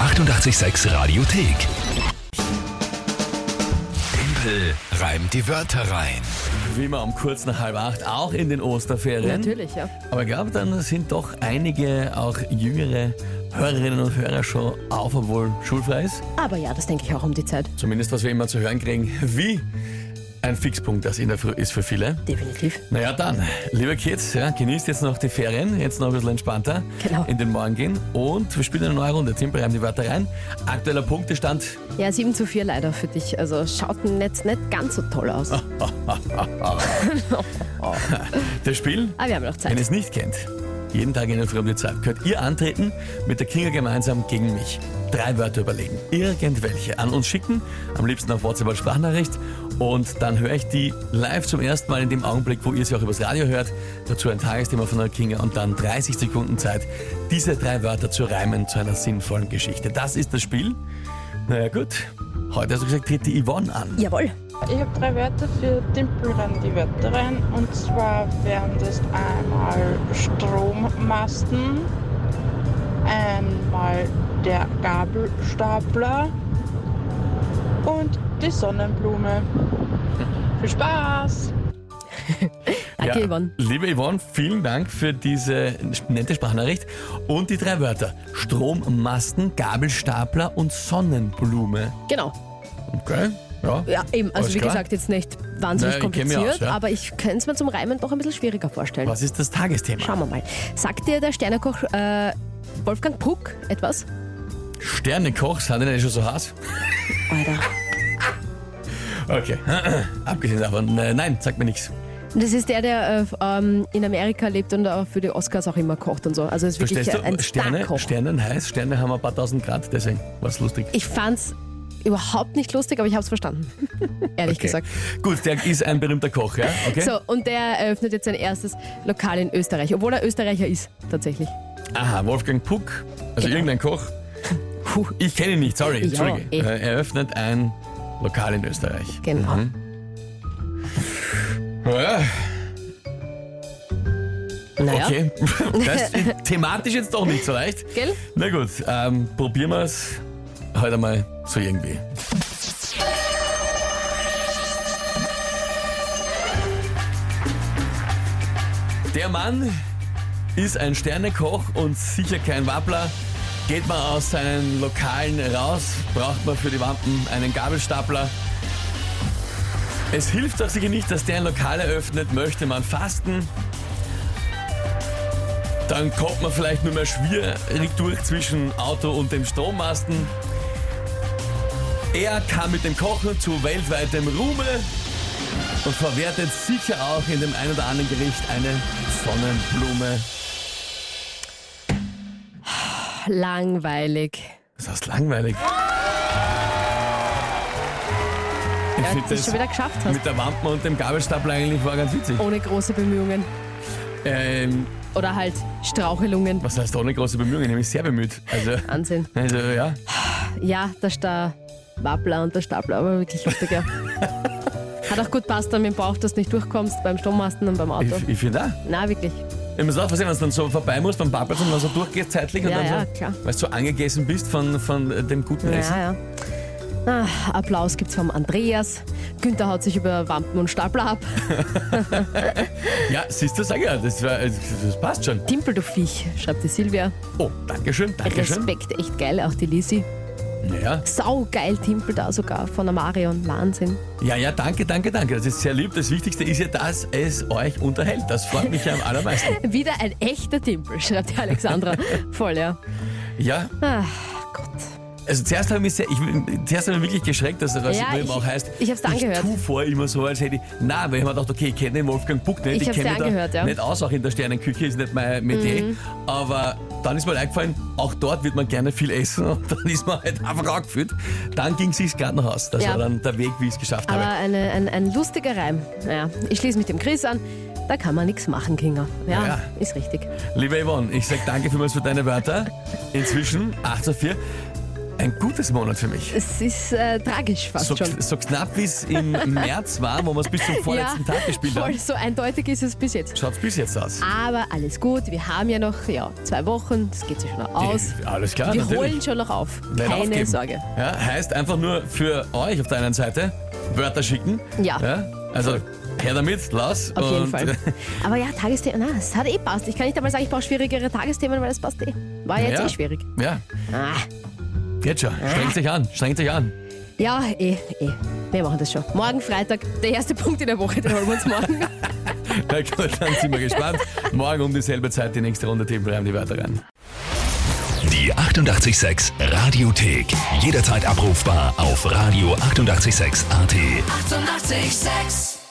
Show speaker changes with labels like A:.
A: 886 Radiothek. Tempel reimt die Wörter rein.
B: Wie immer um kurz nach halb acht, auch in den Osterferien.
C: Natürlich, ja.
B: Aber ich glaube, dann sind doch einige auch jüngere Hörerinnen und Hörer schon auf, obwohl schulfrei ist.
C: Aber ja, das denke ich auch um die Zeit.
B: Zumindest, was wir immer zu hören kriegen, wie ein Fixpunkt das in der Früh ist für viele.
C: Definitiv.
B: Naja, dann, liebe Kids, ja, genießt jetzt noch die Ferien, jetzt noch ein bisschen entspannter
C: Genau.
B: in den Morgen gehen und wir spielen eine neue Runde. Tim, reimt die Wörter rein. Aktueller Punktestand
C: Ja, 7 zu 4 leider für dich. Also schaut jetzt nicht ganz so toll aus.
B: Ah. des Spiel.
C: Aber wir haben noch
B: Wenn ihr
C: Zeit.
B: es nicht kennt, jeden Tag in der Früh um die Zeit, könnt ihr antreten mit der Kinga gemeinsam gegen mich. Drei Wörter überlegen, irgendwelche, an uns schicken, am liebsten auf WhatsApp als Sprachnachricht und dann höre ich die live zum ersten Mal in dem Augenblick, wo ihr sie auch übers Radio hört, dazu ein Tagesthema von der Kinga und dann 30 Sekunden Zeit, diese drei Wörter zu reimen zu einer sinnvollen Geschichte. Das ist das Spiel. Naja gut, heute hast du gesagt, tritt die Yvonne an.
C: Jawohl.
D: Ich habe drei Wörter für Timpel rein, die Wörter rein. Und zwar wären das einmal Strommasten, einmal der Gabelstapler und die Sonnenblume. Viel Spaß!
C: Danke, Yvonne.
B: Liebe Yvonne, vielen Dank für diese nette Sprachnachricht und die drei Wörter. Strommasten, Gabelstapler und Sonnenblume.
C: Genau.
B: Okay, ja.
C: Ja, eben. Also,
B: Alles
C: wie
B: klar.
C: gesagt, jetzt nicht wahnsinnig
B: Naja, ich kenn mich
C: kompliziert,
B: aus, ja.
C: aber ich kann es mir zum Reimen doch ein bisschen schwieriger vorstellen.
B: Was ist das Tagesthema?
C: Schauen wir mal. Sagt dir der Sternekoch äh, Wolfgang Puck etwas?
B: Sternekoch, sind die nicht schon so heiß?
C: Alter.
B: Okay, abgesehen davon, äh, nein, sagt mir nichts.
C: Das ist der, der äh, ähm, in Amerika lebt und auch für die Oscars auch immer kocht und so. Also ist wirklich
B: Verstehst
C: äh, ein
B: du? Sterne,
C: Starkoch.
B: Sternen heiß, Sterne haben ein paar tausend Grad, deswegen war es lustig.
C: Ich fand's überhaupt nicht lustig, aber ich hab's verstanden. Ehrlich
B: Okay.
C: gesagt.
B: Gut, der ist ein berühmter Koch, ja? Okay.
C: So, und der eröffnet jetzt sein erstes Lokal in Österreich, obwohl er Österreicher ist, tatsächlich.
B: Aha, Wolfgang Puck, also
C: Genau.
B: irgendein Koch. Puh, ich kenne ihn nicht, sorry,
C: Ja,
B: entschuldige.
C: eh.
B: Äh, Er öffnet ein Lokal in Österreich.
C: Genau.
B: Mhm. Ja,
C: Naja.
B: okay, das ist thematisch jetzt doch nicht so leicht.
C: Gell?
B: Na gut, ähm, probieren wir es heute mal so irgendwie. Der Mann ist ein Sternekoch und sicher kein Wappler. Geht man aus seinen Lokalen raus, braucht man für die Wampen einen Gabelstapler. Es hilft doch sicher nicht, dass der ein Lokal eröffnet, möchte man fasten. Dann kommt man vielleicht nur mehr schwierig durch zwischen Auto und dem Strommasten. Er kam mit dem Kochen zu weltweitem Ruhme und verwertet sicher auch in dem ein oder anderen Gericht eine Sonnenblume.
C: Langweilig.
B: Das heißt langweilig. Ich
C: Ja,
B: finde
C: dass du es schon wieder Oh. geschafft hast.
B: mit der Wampen und dem Gabelstapel eigentlich war ganz witzig.
C: Ohne große Bemühungen.
B: Ähm,
C: Oder halt Strauchelungen.
B: was heißt ohne große Bemühungen? Ich habe mich sehr bemüht. Also,
C: Ansehen.
B: also ja.
C: Ja, da ist der Wappler und der Stapler, aber wirklich lustig, ja. Hat auch gut passt dann mit dem Bauch, dass du nicht durchkommst beim Strommasten und beim
B: Ich,
C: Auto.
B: ich finde auch.
C: Na, wirklich.
B: Ich muss auch versehen, wenn du dann so vorbei musst beim Parkplatz und dann so durchgehst zeitlich und
C: Ja,
B: dann
C: ja,
B: so,
C: klar.
B: weil du so angegessen bist von, von äh, dem guten Essen.
C: Ja, ja. Ah, Applaus gibt's vom Andreas. Günther haut sich über Wampen und Stapler ab.
B: Ja, siehst du, sag ja, das, war, das das passt schon.
C: Timpel, du Viech, schreibt die Silvia.
B: Oh, Dankeschön, Dankeschön.
C: Respekt, echt geil, auch die Lisi.
B: Ja,
C: Saugeil Timpel da sogar von der Marion. Wahnsinn.
B: ja, ja, danke, danke, danke. Das ist sehr lieb. Das Wichtigste ist ja, dass es euch unterhält. Das freut mich ja am allermeisten.
C: Wieder ein echter Timpel, schreibt die Alexandra. Voll, ja.
B: Ja,
C: Ah, Gott.
B: also zuerst habe ich mich sehr, ich, bin- zuerst habe ich mich wirklich geschreckt, dass das was
C: Ja,
B: eben
C: ich-
B: auch heißt.
C: ich hab's da angehört.
B: Ich tue vor immer so, als hätte ich, na, weil ich mir gedacht, okay, ich kenne den Wolfgang Puck nicht,
C: Ich
B: ich,
C: hab's
B: kenne
C: dir
B: mich
C: angehört,
B: da
C: ja. Mhm.
B: nicht aus, auch in der Sternenküche ist nicht mein Metier. Aber dann ist mir eingefallen, auch dort wird man gerne viel essen und dann ist man halt einfach angefühlt. Dann ging es ins Gartenhaus. Das
C: Ja.
B: war dann der Weg, wie ich es geschafft
C: Aber
B: habe.
C: eine, ein, ein lustiger Reim. Naja, ich schließe mit dem Chris an. Da kann man nichts machen, Kinga. Ja,
B: Ja.
C: ist richtig.
B: Liebe Yvonne, ich sage danke vielmals für deine Wörter. Inzwischen 8 zu 4. Ein gutes Monat für mich.
C: Es ist äh, tragisch fast
B: So,
C: schon.
B: so knapp wie es im März war, wo wir es bis zum vorletzten Tag gespielt
C: voll,
B: haben.
C: so eindeutig ist es bis jetzt.
B: Schaut bis jetzt aus.
C: Aber alles gut, wir haben ja noch ja, zwei Wochen, das geht sich schon noch aus.
B: Ja, Alles klar,
C: wir
B: Ah, natürlich.
C: holen schon noch auf.
B: Nicht
C: Keine
B: aufgeben.
C: Sorge.
B: Ja, heißt einfach nur für euch auf der einen Seite Wörter schicken.
C: Ja.
B: also her damit, lass.
C: Auf jeden
B: und äh,
C: Fall. Aber ja, Tagesthemen, na, es hat eh passt. Ich kann nicht einmal sagen, ich brauche schwierigere Tagesthemen, weil das passt eh. War jetzt
B: Ja.
C: eh schwierig.
B: Ja,
C: Ah.
B: geht schon. Strengt sich an, strengt sich an.
C: Ja, eh, eh. Wir machen das schon. Morgen Freitag, der erste Punkt in der Woche, den holen wir uns morgen.
B: Na gut, dann sind wir gespannt. Morgen um dieselbe Zeit die nächste Runde Tippen, bleiben die Wörter rein.
A: Die 886 Radiothek. Jederzeit abrufbar auf radio886.at. 886!
E: 886